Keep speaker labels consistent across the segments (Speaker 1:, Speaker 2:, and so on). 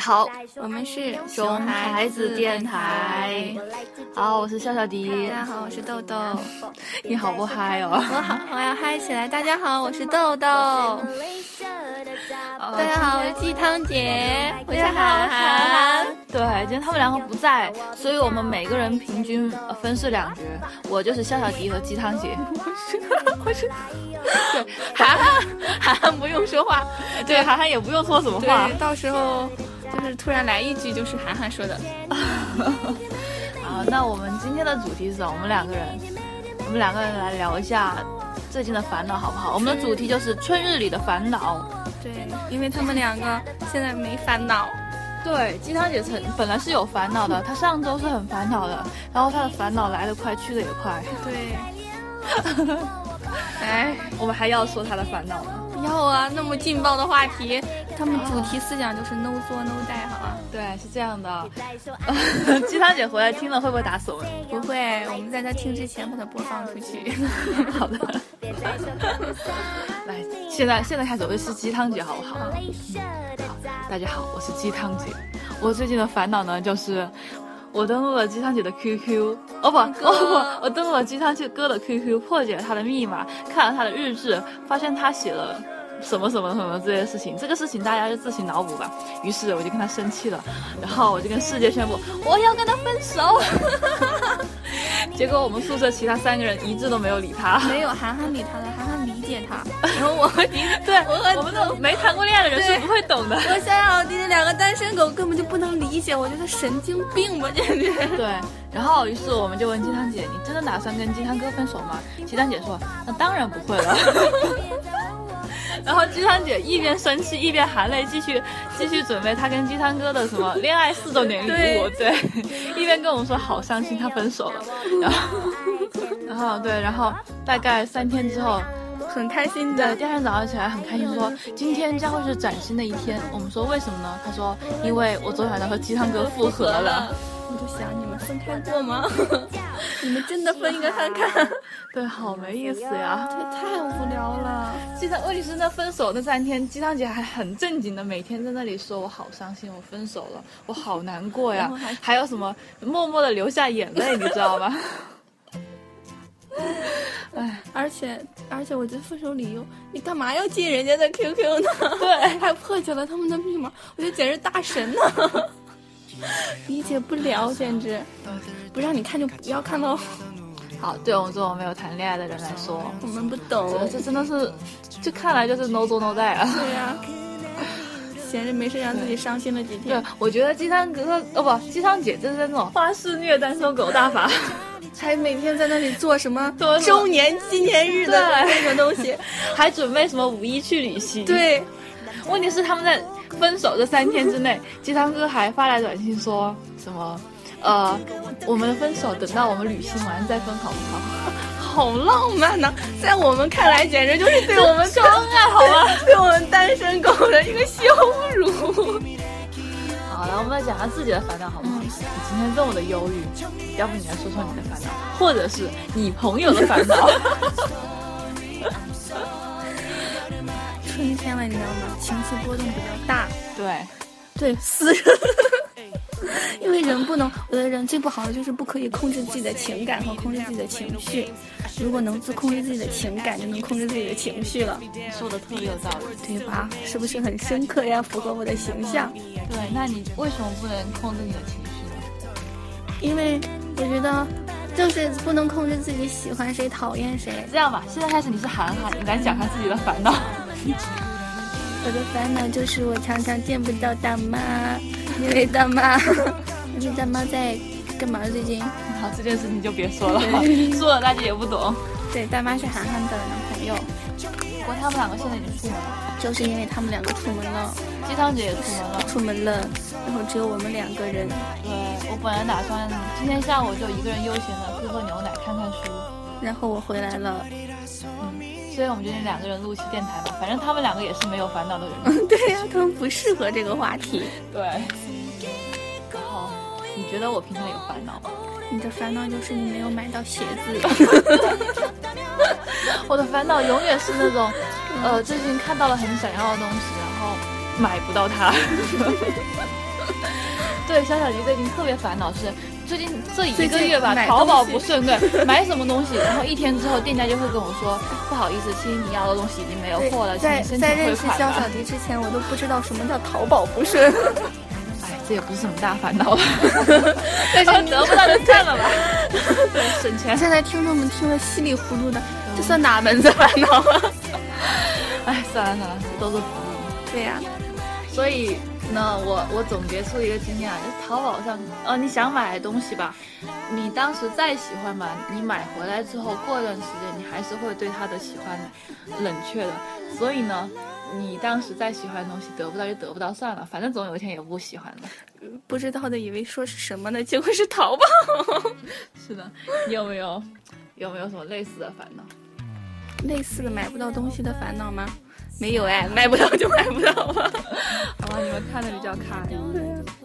Speaker 1: 好，我们是熊孩子电台。好，我是笑笑迪。
Speaker 2: 大家好，我是豆豆。
Speaker 1: 你好不嗨哦！
Speaker 2: 我好，我要嗨起来！大家好，我是豆豆。大家好，我是鸡汤姐。
Speaker 1: 哦大
Speaker 2: 我是
Speaker 1: 家好
Speaker 2: 涵涵。
Speaker 1: 对，今天他们两个不在，所以我们每个人平均呃分饰两角。我就是笑笑迪和鸡汤 姐。我是，对，涵涵，涵涵不用说话，对，涵涵也不用说什么话
Speaker 2: 对，到时候就是突然来一句，就是涵涵 说的。
Speaker 1: 啊。那我们今天的主题是什么？我们两个人，我们两个人来聊一下最近的烦恼，好不好？我们的主题就是春日里的烦恼。
Speaker 2: 对，因为他们两个现在没烦恼。
Speaker 1: 对，鸡汤姐曾本来是有烦恼的，她上周是很烦恼的，然后她的烦恼来得快，去得也快。
Speaker 2: 对。哎，
Speaker 1: 我们还要说她的烦恼吗？
Speaker 2: 要啊！那么劲爆的话题，他们主题思想就是 no 作 no die，好啊吧？
Speaker 1: 对，是这样的。鸡汤姐回来听了会不会打死我们？
Speaker 2: 不会，我们在他听之前把它播放出去。
Speaker 1: 好的。来，现在现在开始，我就是鸡汤姐，好不好？大家好，我是鸡汤姐。我最近的烦恼呢，就是我登录了鸡汤姐的 QQ，哦不，哦不，我登录了鸡汤姐哥的 QQ，破解了他的密码，看了他的日志，发现他写了。什么什么什么这些事情，这个事情大家就自行脑补吧。于是我就跟他生气了，然后我就跟世界宣布我要跟他分手。结果我们宿舍其他三个人一致都没有理他。
Speaker 2: 没有涵涵理他的，涵涵理解他。然后我和迪，
Speaker 1: 对，
Speaker 2: 我和
Speaker 1: 我们这种没谈过恋爱的人是不会懂的。
Speaker 2: 我夏小迪这两个单身狗根本就不能理解，我觉得神经病吧，简直。
Speaker 1: 对，然后于是我们就问鸡汤姐：“你真的打算跟鸡汤哥分手吗？”鸡汤姐说：“那当然不会了。” 然后鸡汤姐一边生气一边含泪，继续继续准备她跟鸡汤哥的什么恋爱四周年礼物，对，一边跟我们说好伤心，他分手了。然后，然后对，然后大概三天之后，
Speaker 2: 很开心
Speaker 1: 对，
Speaker 2: 的。
Speaker 1: 第二天早上起来很开心，说今天将会是崭新的一天。我们说为什么呢？他说因为我昨天晚上和鸡汤哥复合了。
Speaker 2: 我就想你们分开过 吗？你们真的分一个看看？
Speaker 1: 对，好没意思呀。
Speaker 2: 太无聊了。
Speaker 1: 鸡汤，问题是那分手那三天，鸡汤姐还很正经的每天在那里说我好伤心，我分手了， 我好难过呀
Speaker 2: 然后，还
Speaker 1: 还有什么默默的流下眼泪，你知道 吗？
Speaker 2: 而且而且，我觉得分手理由，你干嘛要进人家的 QQ 呢？
Speaker 1: 对，
Speaker 2: 还破解了他们的密码，我觉得简直大神呢、 理解不了，简直不让你看就不要看喽，
Speaker 1: 好，对我们这种没有谈恋爱的人来说，
Speaker 2: 我们不懂。
Speaker 1: 这这真的是，这看来就是 no 做 no die 啊。
Speaker 2: 对呀、闲着没事让自己伤心了几
Speaker 1: 对
Speaker 2: 天。，
Speaker 1: 我觉得鸡汤哥哦不，鸡汤姐这是那种花式虐单身狗大法。
Speaker 2: 还每天在那里做什么
Speaker 1: 做什么
Speaker 2: 周年纪念日的
Speaker 1: 对
Speaker 2: 那种东 西。
Speaker 1: 还准备什么五一去旅行？，
Speaker 2: 对，
Speaker 1: 问题是他们在分手这三天之内，鸡汤哥还发来短信说什么，呃，我们的分手等到我们旅行完再分好不好？
Speaker 2: 好浪漫呐、在我们看来，简直就是 对我们
Speaker 1: 双爱好吗？
Speaker 2: 对我们单身狗的一个羞辱。
Speaker 1: 好了，我们来讲下自己的烦恼好不好？你今天这么的忧郁，要不你来说说你的烦恼，或者是你朋友的烦恼？
Speaker 2: 春天了，你知道吗？情绪波动比较大。
Speaker 1: 对，
Speaker 2: 对，私人。 因为人不能，我觉得人最不好的就是不可以控制自己的情感和控制自己的情绪。如果能自控制自己的情感，就能控制自己的情绪了，
Speaker 1: 你说的特别有道理。
Speaker 2: 对吧？是不是很深刻呀？符合我的形象。
Speaker 1: 对，那你为什么不能控制你的情绪呢？
Speaker 2: 因为我觉得就是不能控制自己喜欢谁、讨厌谁。
Speaker 1: 这样吧，现在开始你是涵涵，你来讲下自己的烦 恼。
Speaker 2: 我的烦恼就是我常常见不到大妈，因为大妈， 因为大妈在干嘛最近？
Speaker 1: 好，这件事情就别说了， 说了大家也不懂。
Speaker 2: 对，大妈是涵涵的男朋友，
Speaker 1: 不过他们两个现在已经出门了，
Speaker 2: 就是因为他们两个出门了，
Speaker 1: 鸡汤姐也出门了。
Speaker 2: 出门了，然后只有我们两个人。
Speaker 1: 对，我本来打算今天下午就一个人悠闲的喝喝牛奶，看看书。嗯
Speaker 2: 然后我回来了，
Speaker 1: 所以我们决定两个人录期电台吧，反正他们两个也是没有烦恼的人。
Speaker 2: 对呀、他们不适合这个话题。
Speaker 1: 对。然后你觉得我平常有烦恼吗？
Speaker 2: 你的烦恼就是你没有买到鞋子，
Speaker 1: 我的烦恼永远是那种，呃，最近看到了很想要的东西，然后买不到它。 对，小小鱼最近特别烦恼是，最近这一
Speaker 2: 最
Speaker 1: 个
Speaker 2: 近
Speaker 1: 月吧，
Speaker 2: 买
Speaker 1: 淘
Speaker 2: 东
Speaker 1: 宝
Speaker 2: 西
Speaker 1: 不顺对，买什么东西，然后一天之后店家就会跟我说，不好意思，亲，你要的东西已经没有
Speaker 2: 对
Speaker 1: 货了，请
Speaker 2: 在
Speaker 1: 你申请
Speaker 2: 在
Speaker 1: 退
Speaker 2: 认识
Speaker 1: 款
Speaker 2: 肖
Speaker 1: 吧。
Speaker 2: 小迪之前，我都不知道什么叫淘宝不顺。
Speaker 1: 哎，这也不是什么大烦恼吧，但
Speaker 2: 哦
Speaker 1: 是得不到就算了吧， 对，省钱。
Speaker 2: 现在听众们听了稀里糊涂的，这算哪门子烦恼啊？
Speaker 1: 哎，算了算了，都是服务。
Speaker 2: 对呀、
Speaker 1: 所以呢，我我总结出一个经验，啊，就是淘宝上，呃，你想买东西吧，你当时再喜欢吧，你买回来之后过段时间，你还是会对它的喜欢冷却的。所以呢，你当时再喜欢的东西得不到就得不到算了，反正总有一天也不喜欢的。
Speaker 2: 不知道的以为说是什么呢，结果是淘宝。
Speaker 1: 是的， 你有没有有没有什么类似的烦恼？
Speaker 2: 类似的买不到东西的烦恼吗？没有哎，买不到就买不到吧。
Speaker 1: 好哦吧，你们看的比较开。要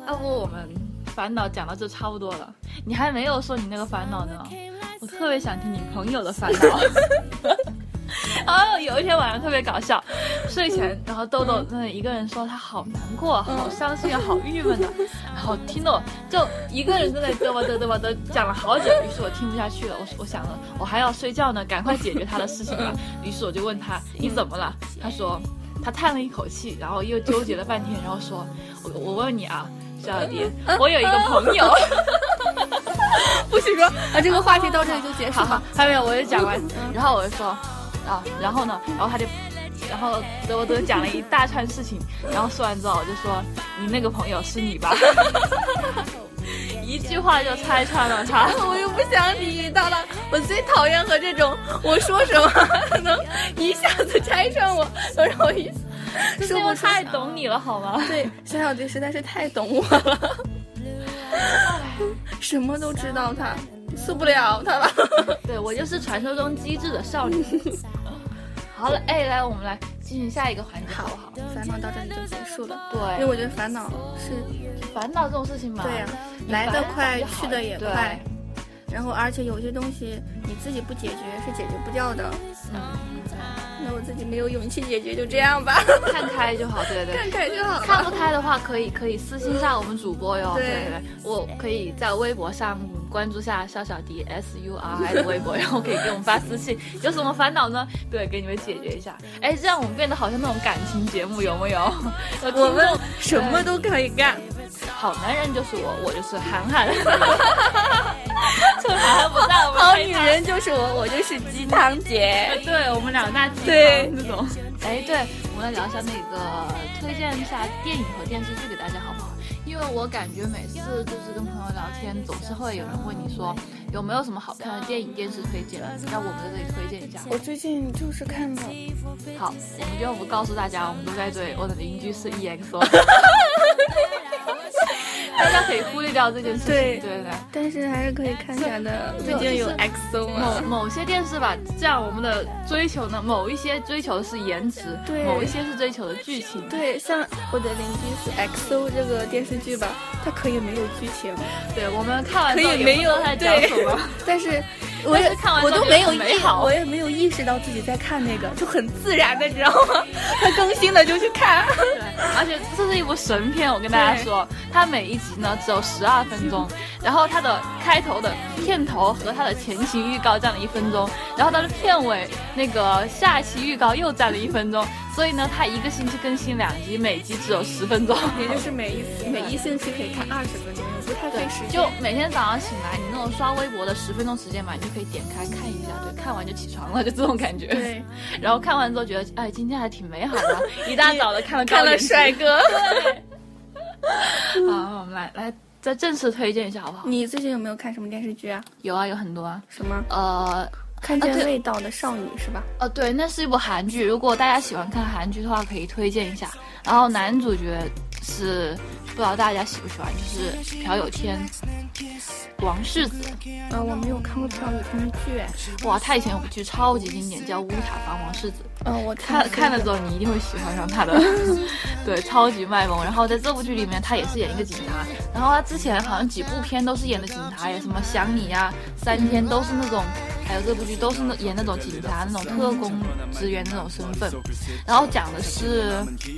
Speaker 1: 啊不我们烦恼讲到这差不多了，你还没有说你那个烦恼呢，我特别想听你朋友的烦恼。 然后有一天晚上特别搞笑，睡前然后豆豆那一个人说他好难过、好伤心、好郁闷的，然后听到就一个人在那里嘚吧嘚嘚吧嘚讲了好久，于是我听不下去了，我我想了我还要睡觉呢，赶快解决他的事情 吧。于是我就问他你怎么了？他说他叹了一口气，然后又纠结了半天，然后说我我问你啊，小小迪，我有一个朋友。
Speaker 2: 嗯 不许说啊，这个话题到这里就结束 嗯
Speaker 1: 好好
Speaker 2: 了。，
Speaker 1: 还没有，我就讲完。然后我就说，啊，然后呢，然后他就，然后德国德讲了一大串事情，然后说完之后，我就说，你那个朋友是你吧？ 一句话就拆穿 了他。
Speaker 2: 我又不想理到了，我最讨厌和这种我说什么 能一下子拆穿我，能让我一
Speaker 1: 就是
Speaker 2: 说
Speaker 1: 因为
Speaker 2: 不出
Speaker 1: 太懂你了，好吗？
Speaker 2: 对，小小迪实在是太懂我了， 什么都知道他，受不了他了。
Speaker 1: 对我就是传说中机智的少 女。好了，哎，来，我们来进行下一个环节，好不好？
Speaker 2: 烦恼到这里就结束了，因为
Speaker 1: 对，
Speaker 2: 我觉得烦恼是
Speaker 1: 烦恼这种事情嘛，
Speaker 2: 对呀、
Speaker 1: 你
Speaker 2: 来的
Speaker 1: 烦恼
Speaker 2: 快
Speaker 1: 就好
Speaker 2: 去的也
Speaker 1: 对
Speaker 2: 快，然后而且有些东西你自己不解决是解决不掉的。
Speaker 1: 嗯
Speaker 2: 那我自己没有勇气解决，就这样吧，
Speaker 1: 看开就好，对对对。
Speaker 2: 看开就好
Speaker 1: 看
Speaker 2: 了。
Speaker 1: 不开的话，可以可以私信一下我们主播哟。
Speaker 2: 对
Speaker 1: 对对，我可以在微博上关注下小小迪 S U R I 的微博，然后可以给我们发私信，有什么烦恼呢？对，给你们解决一下。哎，这样我们变得好像那种感情节目，有没有？ 有听
Speaker 2: 我们
Speaker 1: 众
Speaker 2: 什么都可以干，
Speaker 1: 好男人就是我，我就是涵 涵。趁涵涵不在，我们
Speaker 2: 好
Speaker 1: 可以
Speaker 2: 女人就是我，我就是鸡汤姐。
Speaker 1: 对我们两大鸡
Speaker 2: 对
Speaker 1: 汤那种。哎，对，我们来聊一下那个推荐一下电影和电视剧给大家好不好？因为我感觉每次就是跟朋友聊天，总是会有人问你说有没有什么好看的电影、电视推荐，那我们在这里推荐一 下。
Speaker 2: 我最近就是看了，
Speaker 1: 好，我们就不告诉大家，我们都在追《我的邻居是 EXO》，大家可以忽略掉这件事情。
Speaker 2: 对
Speaker 1: 对对对。
Speaker 2: 但是还是可以看一下的。最近有哦 XO
Speaker 1: 某
Speaker 2: 嘛？
Speaker 1: 某些电视吧，这样我们的追求呢，某一些追求的是颜值，
Speaker 2: 对
Speaker 1: 某一些是追求的剧情，
Speaker 2: 对，像我的邻居是 XO 这个电视剧吧，它可以没有剧情，
Speaker 1: 对，我们看完之后
Speaker 2: 可以
Speaker 1: 也
Speaker 2: 没
Speaker 1: 不知道
Speaker 2: 有
Speaker 1: 他在讲
Speaker 2: 对
Speaker 1: 什 么。
Speaker 2: 但是我
Speaker 1: 但
Speaker 2: 也
Speaker 1: 是看完
Speaker 2: 我
Speaker 1: 之后
Speaker 2: 都
Speaker 1: 觉得
Speaker 2: 没有
Speaker 1: 很美
Speaker 2: 意，
Speaker 1: 好
Speaker 2: 我也没有意识到自己在看那个，就很自然的，知道吗？它更新了就去看。
Speaker 1: 对，而且这是一部神片，我跟大家说，它每一集呢只有十二分钟，然后它的开头的片头和它的前情预告占了一分钟，然后它的片尾那个下一期预告又占了一分钟，所以呢，它一个星期更新两集，每集只有十分钟。
Speaker 2: 也就是每一每一星期可以看二十分钟，也不太费时间。
Speaker 1: 就每天早上醒来，你那种刷微博的十分钟时间嘛，你就可以点开看一下，对，看完就起床了，就这种感觉。
Speaker 2: 对，
Speaker 1: 然后看完之后觉得，哎，今天还挺美好的，一大早 的看了
Speaker 2: 看了帅
Speaker 1: 哥。
Speaker 2: 哥。
Speaker 1: 好，我们来来再正式推荐一下好不好？
Speaker 2: 你最近有没有看什么电视剧啊？
Speaker 1: 有啊，有很多啊。
Speaker 2: 什么？
Speaker 1: 呃，
Speaker 2: 看见
Speaker 1: 啊对
Speaker 2: 味道的少女是吧？
Speaker 1: 哦，对，那是一部韩剧，如果大家喜欢看韩剧的话，可以推荐一下。然后男主角是不知道大家喜不喜欢，就是朴有天、王世子。
Speaker 2: 啊，我没有看过朴有天的剧哎。
Speaker 1: 哇，他以前有部剧超级经典，叫《乌塔房王世子》。
Speaker 2: 嗯，我
Speaker 1: 看看
Speaker 2: 了
Speaker 1: 了之后，你一定会喜欢上他的，对，超级卖萌。然后在这部剧里面，他也是演一个警察。然后他之前好像几部片都是演的警察，也什么想你呀、三天都是那种，还有这部剧都是那演那种警察、那种特工职员那种身份，然后讲的是，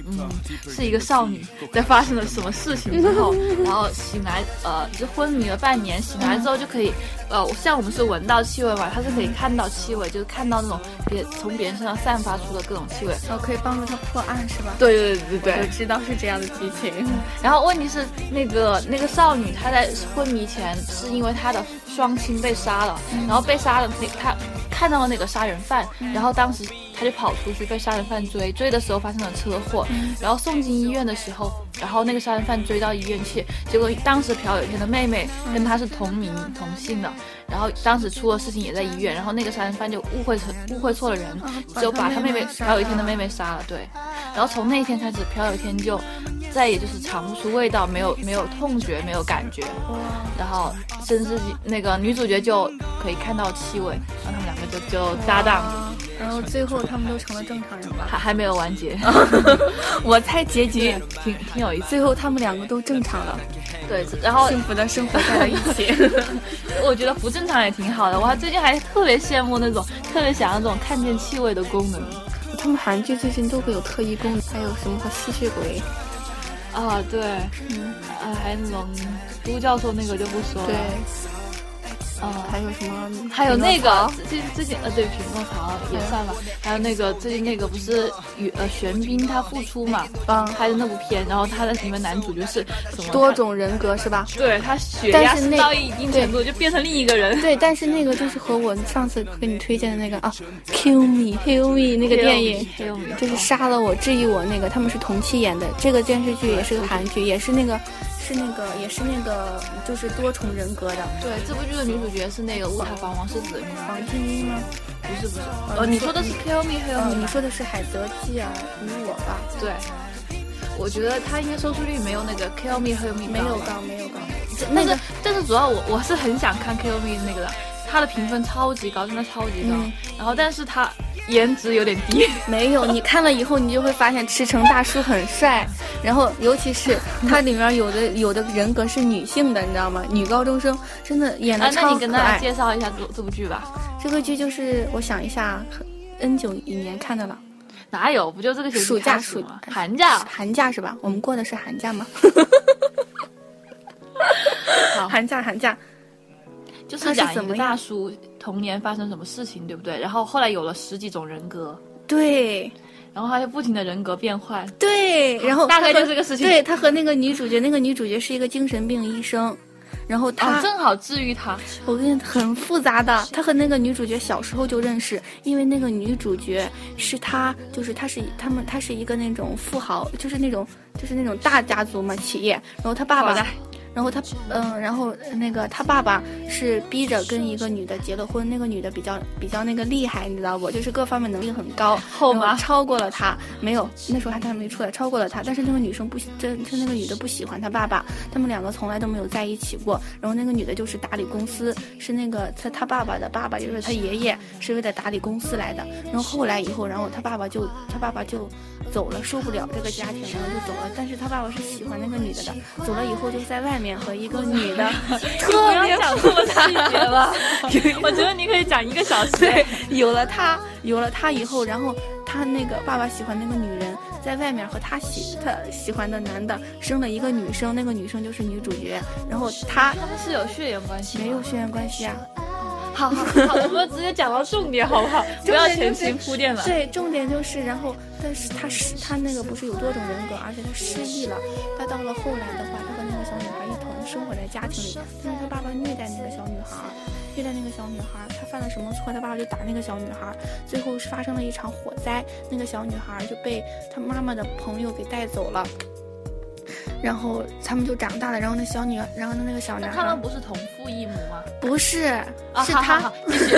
Speaker 1: 嗯，是一个少女在发生了什么事情之后，然后醒来，呃，就昏迷了半年，醒来之后就可以，呃，像我们是闻到气味嘛，她是可以看到气味，就是看到那种别从别人身上散发出的各种气味。
Speaker 2: 哦，可以帮助他破案是吧？
Speaker 1: 对对对对
Speaker 2: 我
Speaker 1: 对。
Speaker 2: 知道是这样的剧情。
Speaker 1: 然后问题是，那个那个少女她在昏迷前是因为她的双亲被杀了，然后被杀了，那她看到了那个杀人犯，然后当时她就跑出去被杀人犯追，追的时候发生了车祸，然后送进医院的时候，然后那个杀人犯追到医院去，结果当时朴有天的妹妹跟她是同名同姓的。然后当时出了事情也在医院，然后那个杀人犯就误会成误会错了人，就啊把他妹妹朴有天的妹妹杀了。对，然后从那一天开始，朴有天就再也就是尝不出味道，没有没有痛觉，没有感觉，然后甚至那个女主角就可以看到气味，然后他们两个就就搭档，
Speaker 2: 然后最后他们都成了正常人吧？
Speaker 1: 还还没有完结，
Speaker 2: 我猜结局
Speaker 1: 对，挺挺有意思。
Speaker 2: 最后他们两个都正常了，
Speaker 1: 对，然后
Speaker 2: 幸福的生活在了一 起。
Speaker 1: 我觉得不正常也挺好的，我还最近还特别羡慕那种特别想要那种看见气味的功能
Speaker 2: 他们韩剧最近都会有特异功能，还有什么吸血鬼？
Speaker 1: 啊，对，
Speaker 2: 嗯，
Speaker 1: 啊，还有那种都教授那个就不说了，
Speaker 2: 对，
Speaker 1: 啊，
Speaker 2: 还有什么？
Speaker 1: 还有那个最最近呃，对，匹诺曹也算吧。还有那个最近那个不是与呃玄彬他复出嘛，
Speaker 2: 嗯
Speaker 1: 拍的那部片，然后他的里面男主角是什么
Speaker 2: 多，种人格是吧？
Speaker 1: 对他血压
Speaker 2: 但是
Speaker 1: 升
Speaker 2: 那
Speaker 1: 到一定程度就变成另一个人。
Speaker 2: 对，但是那个就是和我上次给你推荐的那个啊，Kill Me Kill Me 那个电影，
Speaker 1: Kill Me，Kill Me
Speaker 2: 就是杀了我治愈我那个，他们是同期演的。这个电视剧也是个韩剧，也是那个是那个也是那个就是多重人格的
Speaker 1: 对，这部剧的女主角是那个乌塔房王世子，
Speaker 2: 黄天英吗？
Speaker 1: 不是不是，
Speaker 2: 哦
Speaker 1: 呃，你说的是 Kill Me Kill
Speaker 2: 呃，
Speaker 1: Me，
Speaker 2: 你说的是海泽纪尔与我吧？
Speaker 1: 对。我觉得他应该收视率没有那个 Kill Me Kill Me
Speaker 2: 没有
Speaker 1: 吧
Speaker 2: 高，没有高，
Speaker 1: 但
Speaker 2: 那
Speaker 1: 是
Speaker 2: 个
Speaker 1: 但是主要我我是很想看 Kill Me 那个的，他的评分超级高，真的超级高。
Speaker 2: 嗯
Speaker 1: 然后但是他颜值有点低，
Speaker 2: 没有，你看了以后，你就会发现赤诚大叔很帅，然后尤其 是他里面有的有的人格是女性的，你知道吗？女高中生真的演
Speaker 1: 啊
Speaker 2: 的，
Speaker 1: 那
Speaker 2: 超
Speaker 1: 你
Speaker 2: 可
Speaker 1: 跟大家
Speaker 2: 爱。
Speaker 1: 介绍一下这这部剧吧？
Speaker 2: 这个剧就是我想一下，N 九一年看的了，
Speaker 1: 哪有？不就这个学期
Speaker 2: 暑假
Speaker 1: 开始
Speaker 2: 暑
Speaker 1: 吗？寒假？
Speaker 2: 寒假是吧？我们过的是寒假 吗？
Speaker 1: 好
Speaker 2: 寒假寒假，
Speaker 1: 就是
Speaker 2: 它是
Speaker 1: 讲
Speaker 2: 怎
Speaker 1: 一个
Speaker 2: 么
Speaker 1: 大
Speaker 2: 样
Speaker 1: 叔童年发生什么事情，对不对？然后后来有了十几种人格，
Speaker 2: 对
Speaker 1: 然后他就不停的人格变换。
Speaker 2: 对，然后
Speaker 1: 大概
Speaker 2: 他和
Speaker 1: 就这个事情
Speaker 2: 对他和那个女主角，那个女主角是一个精神病医生，然后他、
Speaker 1: 啊，正好治愈他。
Speaker 2: 我跟你很复杂的，他和那个女主角小时候就认识，因为那个女主角是他，就是他是他们，他是一个那种富豪，就是那种就是那种大家族嘛企业，然后他爸
Speaker 1: 好的
Speaker 2: 爸，然后他嗯，然后那个他爸爸是逼着跟一个女的结了婚，那个女的比较比较那个厉害，你知道不？就是各方面能力很高，
Speaker 1: 后
Speaker 2: 然
Speaker 1: 妈
Speaker 2: 超过了他，没有，那时候还他还没出来，超过了他。但是那个女生不喜，真是那个女的不喜欢他爸爸，他们两个从来都没有在一起过。然后那个女的就是打理公司，是那个他他爸爸的爸爸，也就是他爷爷，是为了打理公司来的。然后后来以后，然后他爸爸就他爸爸就走了，受不了这个家庭，然后就走了。但是他爸爸是喜欢那个女的的，走了以后就在外面和一个女的 特
Speaker 1: 不
Speaker 2: 别
Speaker 1: 要讲这么细 节了，我觉得你可以讲一个小时。
Speaker 2: 对，有了他，有了他以后，然后他那个爸爸喜欢那个女人，在外面和他喜他喜欢的男的生了一个女生，那个女生就是女主角，然后他
Speaker 1: 他们是有血缘关系吗
Speaker 2: 没有血缘关系啊。
Speaker 1: 好好好，我们直接讲到重点好不 好？不要前期铺垫了。
Speaker 2: 对，重点就是，然后但是他失他那个不是有多种人格，而且他失忆了。他到了后来的话，他和那个小女孩一同生活在家庭里，但是他爸爸虐待那个小女孩，虐待那个小女孩，他犯了什么错？他爸爸就打那个小女孩，最后是发生了一场火灾，那个小女孩就被他妈妈的朋友给带走了。然后他们就长大了，然后那小女，然后那个小男
Speaker 1: 那
Speaker 2: 孩，
Speaker 1: 他们不是同父异母吗？
Speaker 2: 不是，
Speaker 1: 啊
Speaker 2: 是
Speaker 1: 好好
Speaker 2: 他，
Speaker 1: 好继续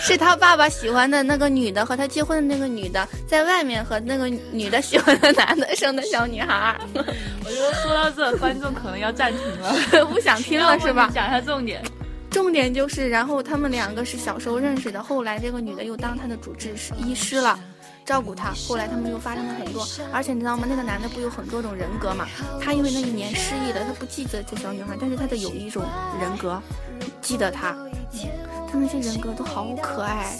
Speaker 2: 是他爸爸喜欢的那个女的和他结婚的那个女的，在外面和那个女的喜欢的男的生的小女孩儿，
Speaker 1: 我觉得说到这，观众可能要暂停了，
Speaker 2: 不想听
Speaker 1: 要
Speaker 2: 了
Speaker 1: 不
Speaker 2: 是吧
Speaker 1: 你？讲一下重点。
Speaker 2: 重点就是，然后他们两个是小时候认识的，后来这个女的又当他的主治师医师了。照顾他，后来他们又发生了很多，而且你知道吗？那个男的不有很多种人格嘛？他因为那一年失忆了，他不记得这小女孩，但是他的有一种人格记得她，他的那些人格都好可爱，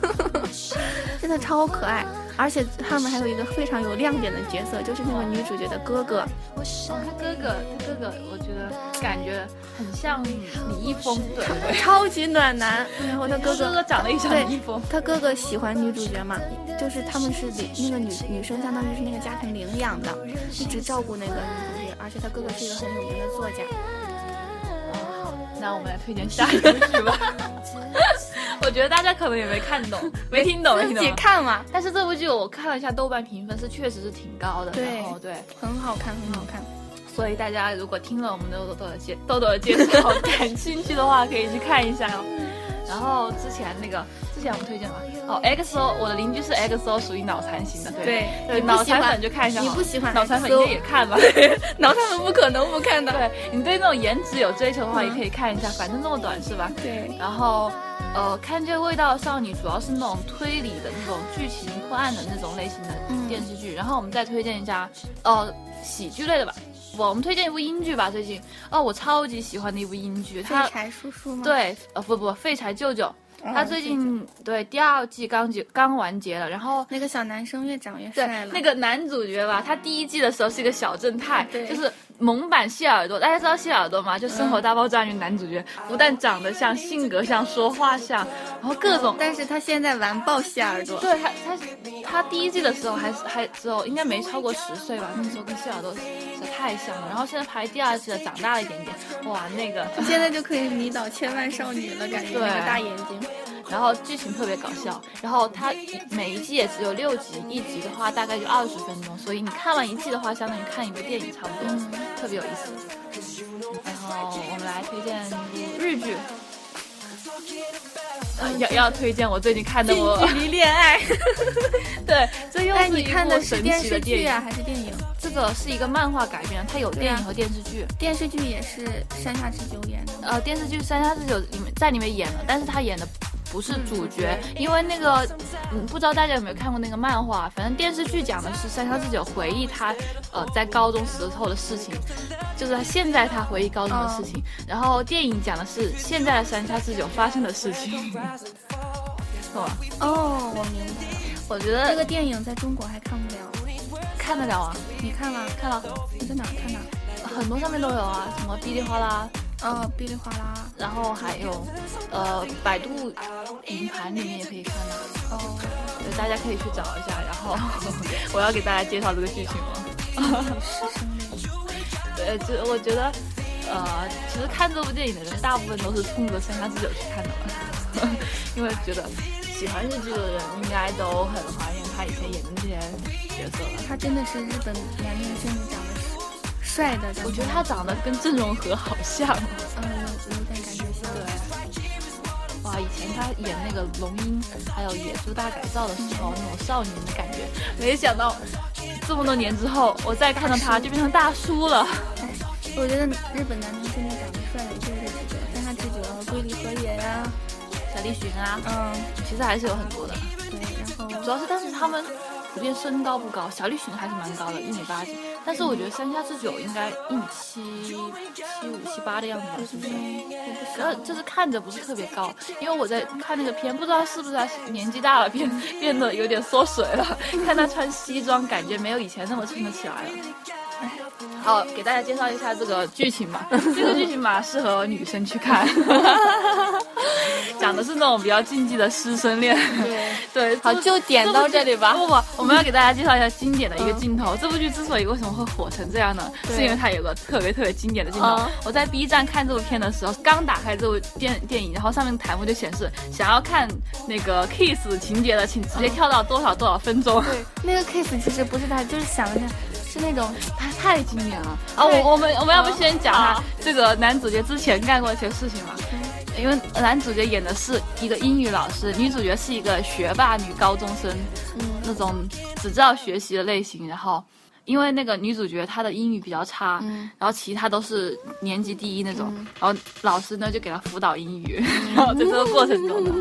Speaker 2: 真的超可爱。而且他们还有一个非常有亮点的角色，就是那个女主角的哥哥。
Speaker 1: 哦，他哥哥，他哥哥，我觉得感觉很像李易峰，对不对？
Speaker 2: 超级暖男，然后他哥
Speaker 1: 哥
Speaker 2: 哥
Speaker 1: 长得也像李易峰，
Speaker 2: 他哥哥喜欢女主角嘛，就是他们是领那个女女生，相当于是那个家庭领养的，一直照顾那个女主角，而且他哥哥是一个很有名的作家。
Speaker 1: 那我们来推荐下一部剧 吧。我觉得大家可能也没看懂，没听懂，没听
Speaker 2: 自己
Speaker 1: 懂。
Speaker 2: 看嘛，
Speaker 1: 但是这部剧我看了一下豆瓣评分是确实是挺高的，
Speaker 2: 对
Speaker 1: 然后对，
Speaker 2: 很好看，很好看。
Speaker 1: 所以大家如果听了我们的豆豆的介豆豆的介绍，感兴趣的话可以去看一下 哦。然后之前那个之前我们推荐
Speaker 2: 哎
Speaker 1: 了哦，XO，我的邻居是 XO，属于脑残型的，对
Speaker 2: 对
Speaker 1: 对，
Speaker 2: 你不
Speaker 1: 脑
Speaker 2: 喜
Speaker 1: 残
Speaker 2: 欢
Speaker 1: 粉就看一下好
Speaker 2: 你
Speaker 1: 了，
Speaker 2: 不喜欢
Speaker 1: 嗯脑残粉
Speaker 2: XO
Speaker 1: 应该也看吧。
Speaker 2: 脑残粉不可能不看的。
Speaker 1: 对你对那种颜值有追求的话，
Speaker 2: 嗯
Speaker 1: 也可以看一下，反正那么短是吧？
Speaker 2: 对，
Speaker 1: 然后，呃，看这个味道少女主要是那种推理的那种剧情破案的那种类型的
Speaker 2: 嗯
Speaker 1: 电视剧。然后我们再推荐一下，呃，喜剧类的吧。我们推荐一部英剧吧，最近哦，我超级喜欢的一部英剧，
Speaker 2: 废
Speaker 1: 它
Speaker 2: 柴叔叔吗？
Speaker 1: 对，呃，不不，废柴舅舅，
Speaker 2: 嗯，
Speaker 1: 他最近对第二季刚结刚完结了，然后
Speaker 2: 那个小男生越长越
Speaker 1: 对
Speaker 2: 帅，了。
Speaker 1: 那个男主角吧，他第一季的时候是一个小正太，
Speaker 2: 对
Speaker 1: 就是萌版谢耳朵。大家知道谢耳朵吗？就《生活大爆炸》里面男主角，不但长得像，性格像，说话像，然后各种。
Speaker 2: 但是他现在完爆谢耳朵。
Speaker 1: 对他，他他第一季的时候还是还只有应该没超过十岁吧，那时候跟谢耳朵实在太像了。然后现在拍第二季了，长大了一点点，哇，那个
Speaker 2: 现在就可以迷倒千万少女了，感觉
Speaker 1: 对
Speaker 2: 那个大眼睛。
Speaker 1: 然后剧情特别搞笑，然后它每一季也只有六集，一集的话大概就二十分钟，所以你看完一季的话，相当于看一部电影差不多，特别有意思。然后我们来推荐一部日剧，呃、 要要推荐我最近看的我，
Speaker 2: 离恋 爱。
Speaker 1: 对，这又
Speaker 2: 哎，
Speaker 1: 是
Speaker 2: 你
Speaker 1: 一
Speaker 2: 看
Speaker 1: 部
Speaker 2: 是
Speaker 1: 神
Speaker 2: 电
Speaker 1: 奇
Speaker 2: 视
Speaker 1: 的电
Speaker 2: 剧
Speaker 1: 影，
Speaker 2: 啊，还是电影？
Speaker 1: 这个是一个漫画改编，它有
Speaker 2: 对
Speaker 1: 电
Speaker 2: 啊
Speaker 1: 影和电视剧。
Speaker 2: 电视剧也是山下智久演的。
Speaker 1: 呃，电视剧《三下之久》里面在里面演了，但是他演的不是主角，因为那个，嗯，不知道大家有没有看过那个漫画，反正电视剧讲的是三下之久回忆他，呃，在高中时候的事情，就是他现在他回忆高中的事情，然后电影讲的是现在的三下之久发生的事 情，懂吗？
Speaker 2: 哦，我明白了。
Speaker 1: 我觉
Speaker 2: 这
Speaker 1: 得
Speaker 2: 个电影在中国还看不了，
Speaker 1: 看得了啊，
Speaker 2: 你看了？
Speaker 1: 看了
Speaker 2: 你在哪儿看的？
Speaker 1: 很多上面都有啊，什么哔哩哗啦，
Speaker 2: 哦，哔哩哗啦。
Speaker 1: 然后还有，呃，百度云盘里面也可以看到。
Speaker 2: 哦，
Speaker 1: 对，大家可以去找一下。然 后我要给大家介绍这个剧情了。
Speaker 2: 师生恋。
Speaker 1: 对，就我觉得，呃，其实看这部电影的人，大部分都是冲着《三下之久》去看的嘛， 因为觉得喜欢日剧的人应该都很怀念他以前演的那些角色了。
Speaker 2: 他真的是日本男明星里长得帅的，
Speaker 1: 我觉得他长得跟郑容和好像。
Speaker 2: 嗯有有点感觉像。
Speaker 1: 对。哇，以前他演那个龙樱，还有野猪大改造的时候，那种少年的感觉，没想到这么多年之后，我再看到他就变成大叔了。
Speaker 2: 哎，我觉得日本男明星里长得帅的就是这几个，山下智久啊、龟梨和也呀、
Speaker 1: 小栗旬啊，
Speaker 2: 嗯，
Speaker 1: 其实还是有很多的，
Speaker 2: 对，然
Speaker 1: 主
Speaker 2: 后
Speaker 1: 要是但是他们普遍身高不高，小栗旬还是蛮高的，一米八几，但是我觉得山下智久应该一米七七五七八的样子吧，是不是？呃，就是看着不是特别高，因为我在看那个片，不知道是不是他年纪大了变变得有点缩水了，看他穿西装，感觉没有以前那么撑得起来了。好，给大家介绍一下这个剧情吧。这个剧情吧，适合女生去看， 讲的是那种比较禁忌的师生恋。
Speaker 2: 对，
Speaker 1: 对，
Speaker 2: 好，
Speaker 1: 这
Speaker 2: 就点到这里吧。 嗯
Speaker 1: 不不，我们要给大家介绍一下经典的一个镜头。这部剧之所以为什么会火成这样呢？
Speaker 2: 对
Speaker 1: 是因为它有个特别特别经典的镜头
Speaker 2: 嗯。
Speaker 1: 我在 B 站看这部片的时候，刚打开这部电电影，然后上面弹幕就显示想要看那个 kiss 情节的，请直接
Speaker 2: 嗯
Speaker 1: 跳到多少多少分钟。
Speaker 2: 对，那个 kiss 其实不是他，就是想的是那种
Speaker 1: 它太经典了啊！我我们我们要不先讲他这个男主角之前干过一些事情嘛？因为男主角演的是一个英语老师，女主角是一个学霸女高中生，那种只知道学习的类型。然后，因为那个女主角她的英语比较差，然后其他都是年级第一那种。然后老师呢就给她辅导英语，然后在这个过程中 呢，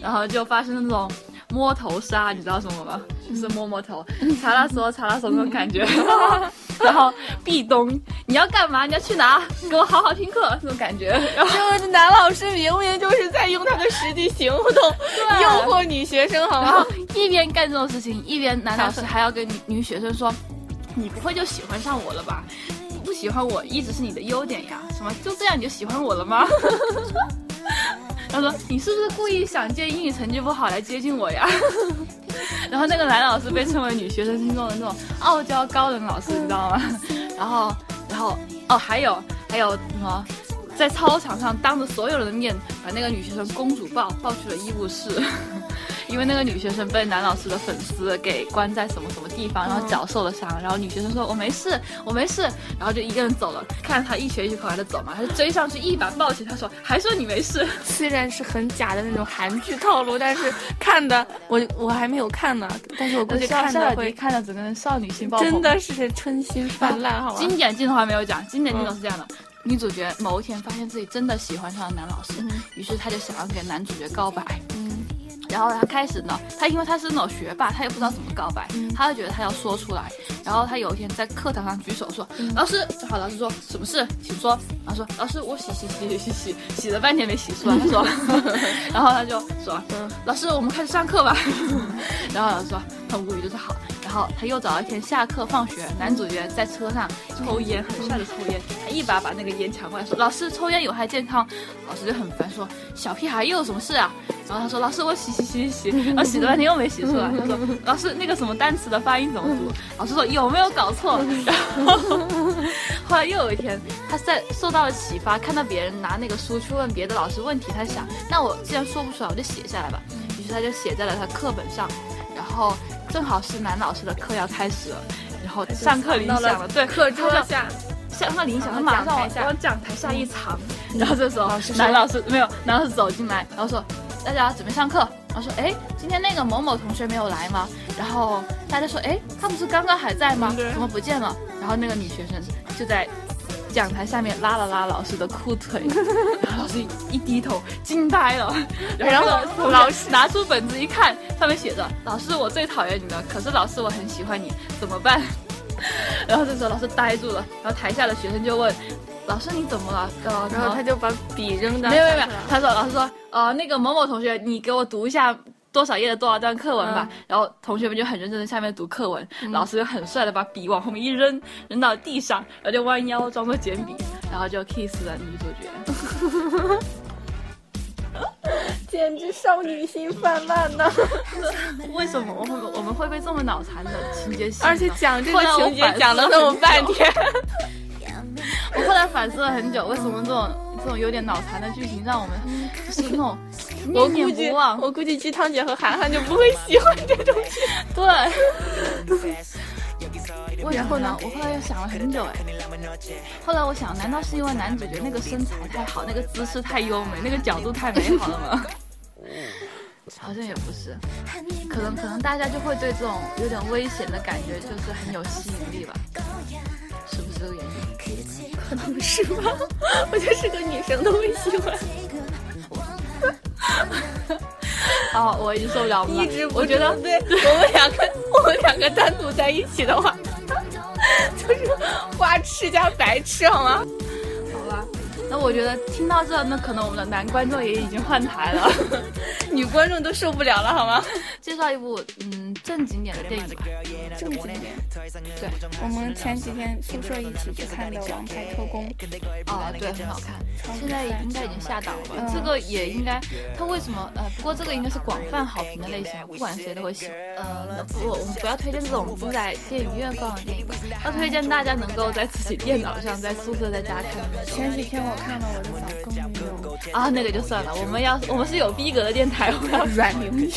Speaker 1: 然后就发生那种摸头杀，你知道什么吗？就是摸摸头，查拉索查拉索那种感觉。 然后壁咚，你要干嘛？你要去哪？给我好好听课，这种感觉。然后
Speaker 3: 这个男老师明明就是在用他的实际行动诱惑女学生，好
Speaker 1: 然
Speaker 3: 吗
Speaker 1: 后？一边干这种事情，一边男老师还要跟女女学生说：“你不会就喜欢上我了吧？不喜欢我一直是你的优点呀，什么就这样你就喜欢我了吗？” 他说：“你是不是故意想借英语成绩不好来接近我呀？” 然后那个男老师被称为女学生心中的那种傲娇高冷老师，你知道吗？然后，然后哦，还有还有什么？在操场上当着所有人的面把那个女学生公主抱抱去了医务室， 因为那个女学生被男老师的粉丝给关在什么什么地方，然后脚受了伤，然后女学生说我没事，我没事，然后就一个人走了，看着他一瘸一拐的走嘛，他就追上去一把抱起他说还说你没事，
Speaker 3: 虽然是很假的那种韩剧套路，但是看的我我还没有看呢，但是我估
Speaker 1: 我
Speaker 3: 计
Speaker 1: 就
Speaker 3: 看
Speaker 1: 看
Speaker 3: 的
Speaker 1: 到
Speaker 3: 会
Speaker 1: 看到整个人少女心爆棚，
Speaker 3: 真的是春心泛滥，好吗？
Speaker 1: 经典镜头还没有讲，经典镜头是这样的：女主角某一天发现自己真的喜欢上了男老师，于是她就想要给男主角告白。
Speaker 3: 嗯
Speaker 1: 然后她开始呢，她因为她是那种学霸，她也不知道怎么告白，她就觉得她要说出来。然后她有一天在课堂上举手说：“老师，好，老师说什么事，请说。”然后说：“老师，我洗洗洗洗洗洗，洗了半天没洗出来。”她说， 然后她就说：“老师，我们开始上课吧。” 然后老师说很无语，就是好。然后他又找到一天下课放学，男主角在车上抽烟，很帅的抽烟，他一把把那个烟抢过来，说：“老师，抽烟有害健康。”老师就很烦，说：“小屁孩又有什么事啊？”然后他说：“老师，我洗洗洗洗洗。”然后洗了半天又没洗出来。他说：“老师，那个什么单词的发音怎么读？”老师说：“有没有搞错？”然后后来又有一天，他在受到了启发，看到别人拿那个书去问别的老师问题，他想：“那我既然说不出来，我就写下来吧。”
Speaker 3: 嗯
Speaker 1: 于是他就写在了他课本上。然后正好是男老师的课要开始了，然后上课铃响了，对，
Speaker 3: 嗯课桌
Speaker 1: 他就
Speaker 3: 下，
Speaker 1: 上课铃响，他
Speaker 3: 然后讲台
Speaker 1: 马上
Speaker 3: 下嗯
Speaker 1: 往讲台下一藏，然后这时候男老师没有，男老师走进来，然后说大家准备上课，然后说哎，今天那个某某同学没有来吗？然后大家说哎，他不是刚刚还在
Speaker 3: 嗯
Speaker 1: 吗？怎么不见了？然后那个女学生就在。讲台下面拉了拉老师的裤腿， 然后老师一低头惊呆 了，然后老师拿出本子一看，上面写着：“老师，我最讨厌你了，可是老师我很喜欢你，怎么办？” 然后这时候老师呆住了，然后台下的学生就问：“老师你怎么了？”呃，
Speaker 3: 然后他
Speaker 1: 就
Speaker 3: 就把笔扔到
Speaker 1: 没有没有没有，他说老师说：“呃，那个某某同学，你给我读一下。”多少页的多少段课文吧，
Speaker 3: 嗯
Speaker 1: 然后同学们就很认真的下面读课文，老师就很帅的把笔往后面一扔，扔到地上，然后就弯腰装作捡笔，然后就 kiss 了女主角。
Speaker 3: 简直少女心泛滥呐！
Speaker 1: 为什么我们我们会被这么脑残的情节吸引到？
Speaker 3: 而且讲这
Speaker 1: 后
Speaker 3: 个
Speaker 1: 来我
Speaker 3: 情节
Speaker 1: 反思
Speaker 3: 讲了
Speaker 1: 很
Speaker 3: 那么
Speaker 1: 久
Speaker 3: 半天，
Speaker 1: 我后来反思了很久，为什么这种这种有点脑残的剧情让我们就是那种
Speaker 3: 我
Speaker 1: 念
Speaker 3: 估
Speaker 1: 念
Speaker 3: 计
Speaker 1: 不忘？
Speaker 3: 我估计鸡汤姐和涵涵就不会喜欢这种剧。
Speaker 1: 对。为什么呢？我后来又想了很久，哎，后来我想，难道是因为男主角那个身材太好，那个姿势太优美，那个角度太美好了吗？ 好像也不是，可能可能大家就会对这种有点危险的感觉就是很有吸引力吧，是不是这个原因？
Speaker 2: 可能
Speaker 3: 是吗？ 我就是个女生都会喜欢。
Speaker 1: 哦，我已经受不了 我们了，
Speaker 3: 抑制不住
Speaker 1: 我觉得
Speaker 3: 对，我们两 个，我们两个单独在一起的话，就是花痴加白痴，好吗？
Speaker 1: 好吧，那我觉得听到这，那可能我们的男观众也已经换 台了。
Speaker 3: 女观众都受不了了，好吗？
Speaker 1: 介绍一部嗯正经点的电影吧，
Speaker 2: 正经点。
Speaker 1: 对，
Speaker 2: 我们前几天宿舍一起去看的《王牌特工》，
Speaker 1: 啊、对，很好看，现在应该已经下档了吧？
Speaker 2: 嗯
Speaker 1: 这个也应该，它为什么呃？不过这个应该是广泛好评的类型，不管谁都会喜欢。呃，不，我们不要推荐这种不在电影院放的电影吧，要推荐大家能够在自己电脑上，在宿舍在家看的
Speaker 2: 前几天我看了我的早更女友
Speaker 1: 啊，那个就算了。我们要我们是有逼格的电台，我 要
Speaker 2: 阮玲玉，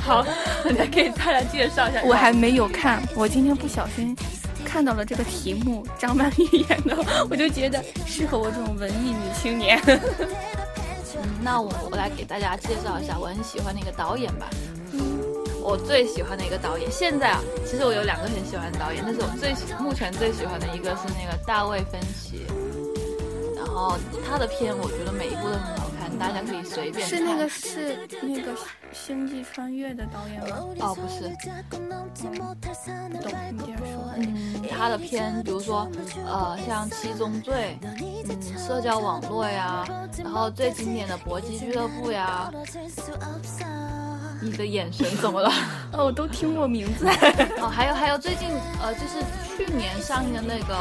Speaker 1: 好，大家可以大家介绍一下。
Speaker 2: 我还没有看，我今天不小心看到了这个题目，张曼玉演的，我就觉得适合我这种文艺女青年。
Speaker 1: 那我我来给大家介绍一下我很喜欢的一个导演吧。我最喜欢的一个导演，现在啊，其实我有两个很喜欢的导演，但是我最喜目前最喜欢的一个是那个大卫芬奇，然后他的片我觉得每一部都很好看，大家可以随便看。
Speaker 2: 是那个是那个星际穿越》的导演吗？
Speaker 1: 哦，不是，
Speaker 2: 不懂，你接着说。
Speaker 1: 嗯，他的片，比如说，呃，像《七宗罪》，嗯，社交网络呀，然后最经典的《搏击俱乐部》呀。你的眼神怎么了？
Speaker 2: 哦，我都听过名字。
Speaker 1: 哦，还有还有，最近呃，就是去年上映的那个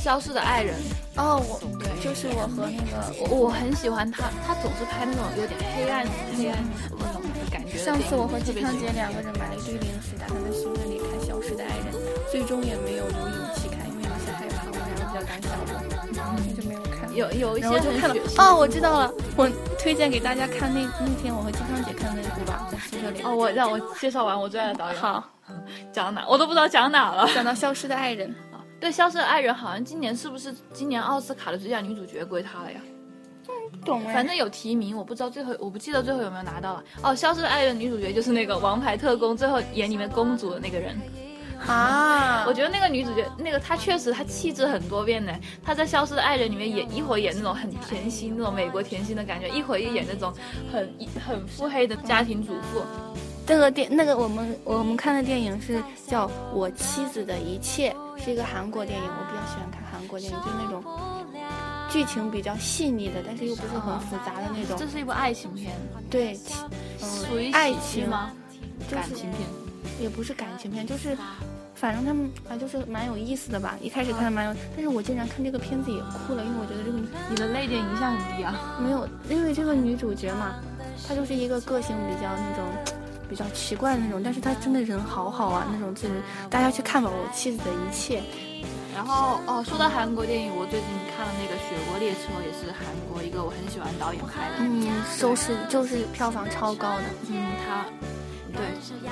Speaker 1: 《消失的爱人》，
Speaker 2: 哦，我就是我和那个
Speaker 1: 我我很喜欢他，他总是拍那种有点黑暗黑暗那种感觉的电影。
Speaker 2: 上次我和
Speaker 1: 特
Speaker 2: 吉
Speaker 1: 别
Speaker 2: 康
Speaker 1: 喜
Speaker 2: 姐
Speaker 1: 欢
Speaker 2: 两个人买了一堆零食，打算在宿舍里看《消失的爱人》，最终也没有有勇气看，因为有些害怕，我还是比较胆小的，那就没有看。
Speaker 1: 有有一些
Speaker 2: 然后就
Speaker 1: 很
Speaker 2: 看
Speaker 1: 血
Speaker 2: 了
Speaker 1: 腥
Speaker 2: 哦，我知道了，我推荐给大家看那那天我和金康姐看的那部吧，在宿舍里。
Speaker 1: 哦，我让我介绍完我最爱的导演，
Speaker 2: 好，
Speaker 1: 讲哪我都不知道讲哪了。
Speaker 2: 讲到消失的爱人，
Speaker 1: 对，《消失的爱人》好像今年是不是今年奥斯卡的最佳女主角归她了呀？
Speaker 2: 不懂哎，
Speaker 1: 反正有提名，我不知道最后我不记得最后有没有拿到了。哦，《消失的爱人》女主角就是那个《王牌特工》最后演里面公主的那个人。
Speaker 2: 啊，
Speaker 1: 我觉得那个女主角，那个她确实她气质很多变呢。她在《消失的爱人》里面演一会儿演那种很甜心那种美国甜心的感觉，一会儿又演那种很很腹黑的家庭主妇。
Speaker 2: 那个电那个我们我们看的电影是叫《我妻子的一切》，是一个韩国电影，我比较喜欢看韩国电影，就是那种剧情比较细腻的，但是又不是很复杂的那种
Speaker 1: 这。是一部爱情片，
Speaker 2: 对，
Speaker 1: 属于
Speaker 2: 嗯、爱
Speaker 1: 喜剧
Speaker 2: 情
Speaker 1: 吗？
Speaker 2: 就是
Speaker 1: 感情片。
Speaker 2: 也不是感情片，就是反正他们啊，就是蛮有意思的吧。一开始看的蛮有，但是我竟然看这个片子也哭了，因为我觉得这个女
Speaker 1: 你的泪点影响很低啊！
Speaker 2: 没有，因为这个女主角嘛，她就是一个个性比较那种。比较奇怪的那种，但是她真的人好好啊，那种自己，大家去看吧，《我妻子的一切》。
Speaker 1: 然后哦，说到韩国电影，我最近看了那个《雪国列车》，也是韩国一个我很喜欢导演拍的。
Speaker 2: 嗯，收视就是票房超高的。
Speaker 1: 嗯，他对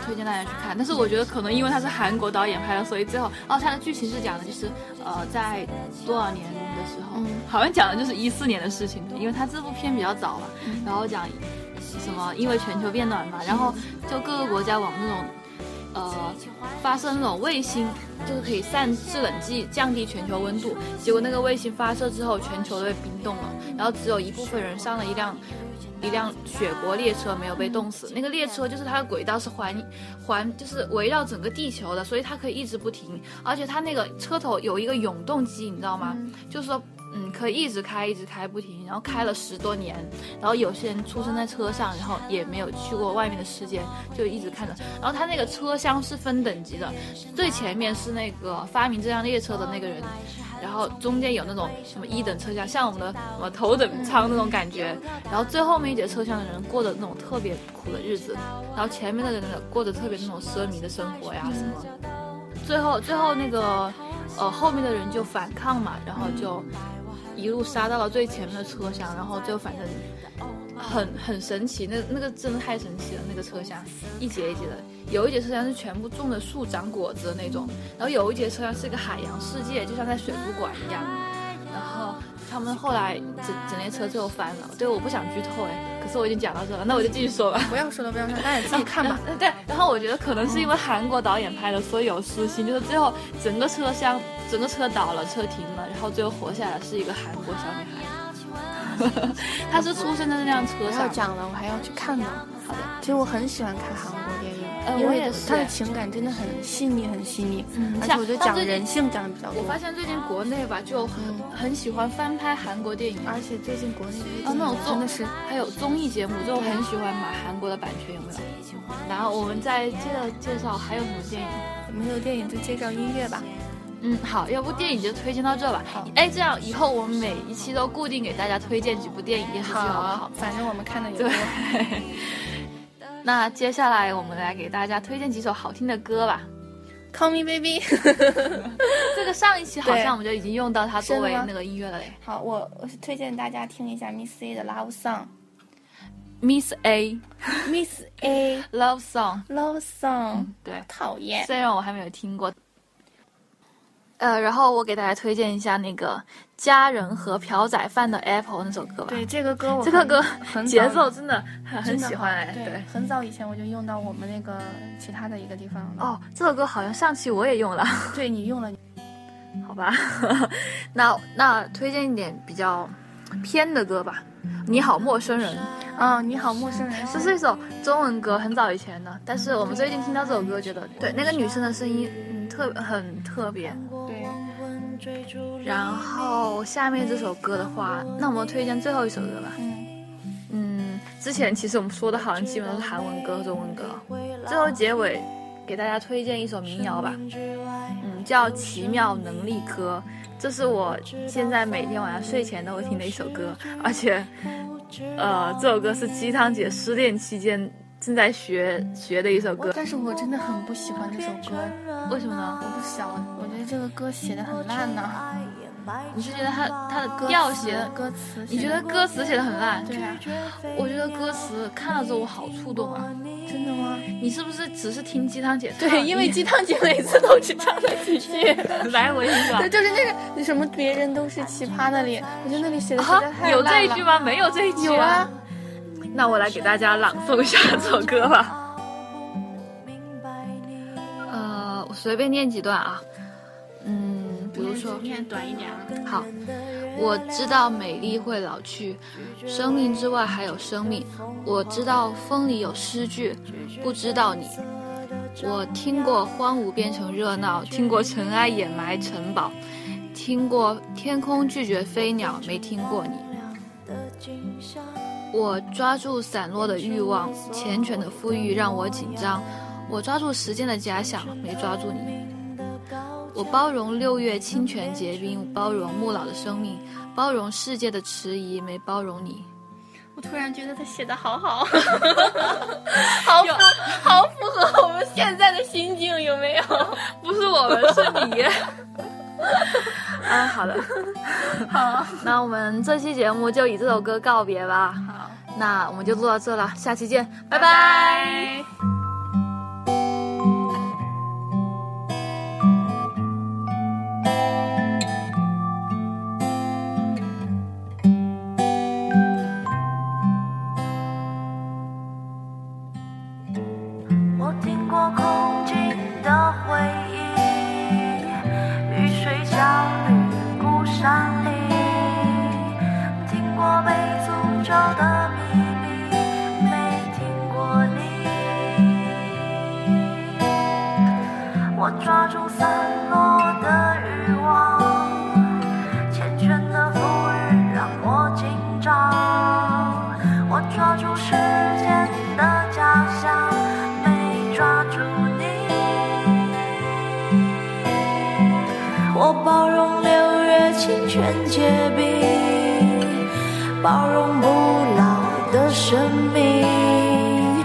Speaker 1: 推荐大家去看，但是我觉得可能因为他是韩国导演拍的，所以最后哦，他的剧情是讲的就是呃，在多少年的时候，
Speaker 2: 嗯
Speaker 1: 好像讲的就是一四年的事情，因为他这部片比较早嘛，然后讲什么因为全球变暖嘛，然后就各个国家往那种呃发射那种卫星，就是可以散制冷剂，降低全球温度。结果那个卫星发射之后，全球都被冰冻了，然后只有一部分人上了一辆一辆雪国列车，没有被冻死。那个列车就是它的轨道是环环，就是围绕整个地球的，所以它可以一直不停，而且它那个车头有一个永动机，你知道吗？就是说。嗯，可以一直开，一直开不停，然后开了十多年，然后有些人出生在车上，然后也没有去过外面的世界，就一直看着。然后它那个车厢是分等级的，最前面是那个发明这辆列车的那个人，然后中间有那种什么一等车厢，像我们的什么头等舱那种感觉，然后最后面一节车厢的人过着那种特别苦的日子，然后前面的人呢过着特别那种奢靡的生活呀什么。最后最后那个呃后面的人就反抗嘛，然后就一路杀到了最前面的车厢，然后就反正很很神奇，那那个真的太神奇了，那个车厢一节一节的，有一节车厢是全部种的树长果子的那种，然后有一节车厢是个海洋世界，就像在水族馆一样，然后。他们后来整整列车最后翻了，对，我不想剧透哎，可是我已经讲到这了，那我就继续说吧。
Speaker 2: 不要说了，不要说了，大家自己看吧。
Speaker 1: 嗯对，然后我觉得可能是因为韩国导演拍的，所以有私心，就是最后整个车厢、整个车倒了，车停了，然后最后活下来是一个韩国小女孩， 她是出生在那辆车
Speaker 2: 不要
Speaker 1: 上。
Speaker 2: 讲哎了，我还要去看呢。好的，其实我很喜欢看韩国电
Speaker 1: 呃
Speaker 2: 影，因
Speaker 1: 我也
Speaker 2: 为
Speaker 1: 是
Speaker 2: 它的情感真的很细腻，很细腻。
Speaker 1: 嗯
Speaker 2: 而且
Speaker 1: 像
Speaker 2: 我觉得
Speaker 1: 它
Speaker 2: 讲
Speaker 1: 最近
Speaker 2: 人性讲的比较
Speaker 1: 我
Speaker 2: 多。嗯
Speaker 1: 发现最近国内吧，就很、很喜欢翻拍韩国电影，
Speaker 2: 而且最近国内
Speaker 1: 啊，那种
Speaker 2: 真的
Speaker 1: 综
Speaker 2: 是，
Speaker 1: 还有综艺节目，就很喜欢买韩国的版权，有没有？然后我们再接着介绍还有什么电影。
Speaker 2: 没有电影就介绍音乐吧。
Speaker 1: 嗯，好，要不电影就推荐到这吧。哎，这样以后我们每一期都固定给大家推荐几部电影、电视剧，好不好？，
Speaker 2: 反正我们看的也多
Speaker 1: 对。那接下来我们来给大家推荐几首好听的歌吧。
Speaker 2: Call me baby。
Speaker 1: 这个上一期好
Speaker 2: 对
Speaker 1: 像我们就已经用到它
Speaker 2: 真
Speaker 1: 作
Speaker 2: 的
Speaker 1: 为
Speaker 2: 吗
Speaker 1: 那个音乐了嘞。
Speaker 2: 好，我我是推荐大家听一下 Miss A 的 Love Song。
Speaker 1: Miss A
Speaker 2: Miss A
Speaker 1: Love Song，
Speaker 2: Love Song，
Speaker 1: 对，
Speaker 2: 讨厌。
Speaker 1: 虽然我还没有听过。呃，然后我给大家推荐一下那个《家人和朴宰范的 Apple》那首歌吧。
Speaker 2: 对，这个歌我
Speaker 1: 这个
Speaker 2: 很
Speaker 1: 歌
Speaker 2: 很
Speaker 1: 节
Speaker 2: 早
Speaker 1: 奏真的很很
Speaker 2: 真的
Speaker 1: 喜欢
Speaker 2: 好
Speaker 1: 哎，
Speaker 2: 对，很早以前我就用到我们那个其他的一个地方了。
Speaker 1: 哦，这首歌好像上期我也用了，
Speaker 2: 对你用了，
Speaker 1: 好吧？ 那那推荐一点比较偏的歌吧，《你好陌生人》
Speaker 2: 啊、你好，陌生人
Speaker 1: 这是一首中文歌，很早以前的，但是我们最近听到这首歌，觉得对那个女生的声音，嗯，特很特别。
Speaker 3: 对，
Speaker 1: 然后下面这首歌的话，那我们推荐最后一首歌吧。
Speaker 2: 嗯，
Speaker 1: 嗯，之前其实我们说的好像基本都是韩文歌、中文歌，最后结尾给大家推荐一首民谣吧，嗯，叫《奇妙能力歌》，这是我现在每天晚上睡前都会听的一首歌，而且，呃，这首歌是鸡汤姐失恋期间正在学学的一首歌，
Speaker 2: 但是我真的很不喜欢这首歌，
Speaker 1: 为什么呢？
Speaker 2: 我不想，我觉得这个歌写的很烂呐、
Speaker 1: 你是觉得它它的
Speaker 2: 歌
Speaker 1: 调
Speaker 2: 词
Speaker 1: 写的，
Speaker 2: 歌词，
Speaker 1: 你觉得？歌词写的很烂？
Speaker 2: 对啊，
Speaker 1: 我觉得歌词看了之后我好触动啊！
Speaker 2: 真的吗？
Speaker 1: 你是不是只是听鸡汤姐 唱？
Speaker 2: 对，因为鸡汤姐每次都只唱了几 句。
Speaker 1: 来回是吧
Speaker 2: 对，？就是那个什么别人都是奇葩那里，我觉得那里写的实在
Speaker 1: 啊，
Speaker 2: 太
Speaker 1: 有这
Speaker 2: 烂
Speaker 1: 一
Speaker 2: 了
Speaker 1: 句？吗？没有这一句、
Speaker 2: 有啊，，
Speaker 1: 那我来给大家朗诵一下这首歌吧。呃，我随便念几段啊。嗯，比如说，
Speaker 3: 念短一点啊。
Speaker 1: 好，我知道美丽会老去，生命之外还有生命。我知道风里有诗句，不知道你。我听过荒芜变成热闹，听过尘埃掩埋城堡，听过天空拒绝飞鸟，没听过你。我抓住散落的欲望，缱绻的馥郁让我紧张。我抓住时间的假想，没抓住你。我包容六月清泉结冰，包容木老的生命，包容世界的迟疑，没包容你。
Speaker 2: 我突然觉得他写的好 好，好符好符合我们现在的心境，有没有？
Speaker 1: 不是我们，是你。啊，好 的，好，那我们这期节目就以这首歌告别吧。
Speaker 2: 好，
Speaker 1: 那我们就录到这了，下期见，拜拜。
Speaker 2: 拜。
Speaker 4: 我听过空境的回忆，雨水小旅孤山里，听过被诅咒的秘密，没听过你。我抓住散落的欲望，缱绻的馥郁让我紧张。我抓住时间的假象，没抓住你。我包容六月清泉结冰，包容不老的生命，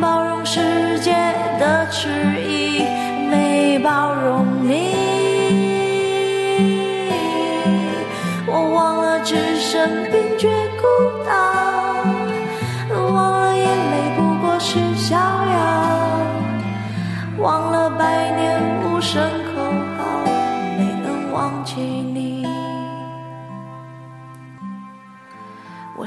Speaker 4: 包容世界的迟疑，没包容你。我忘了置身冰绝孤岛，忘了眼泪不过是逍遥。忘了百年无声口号，没能忘记你。我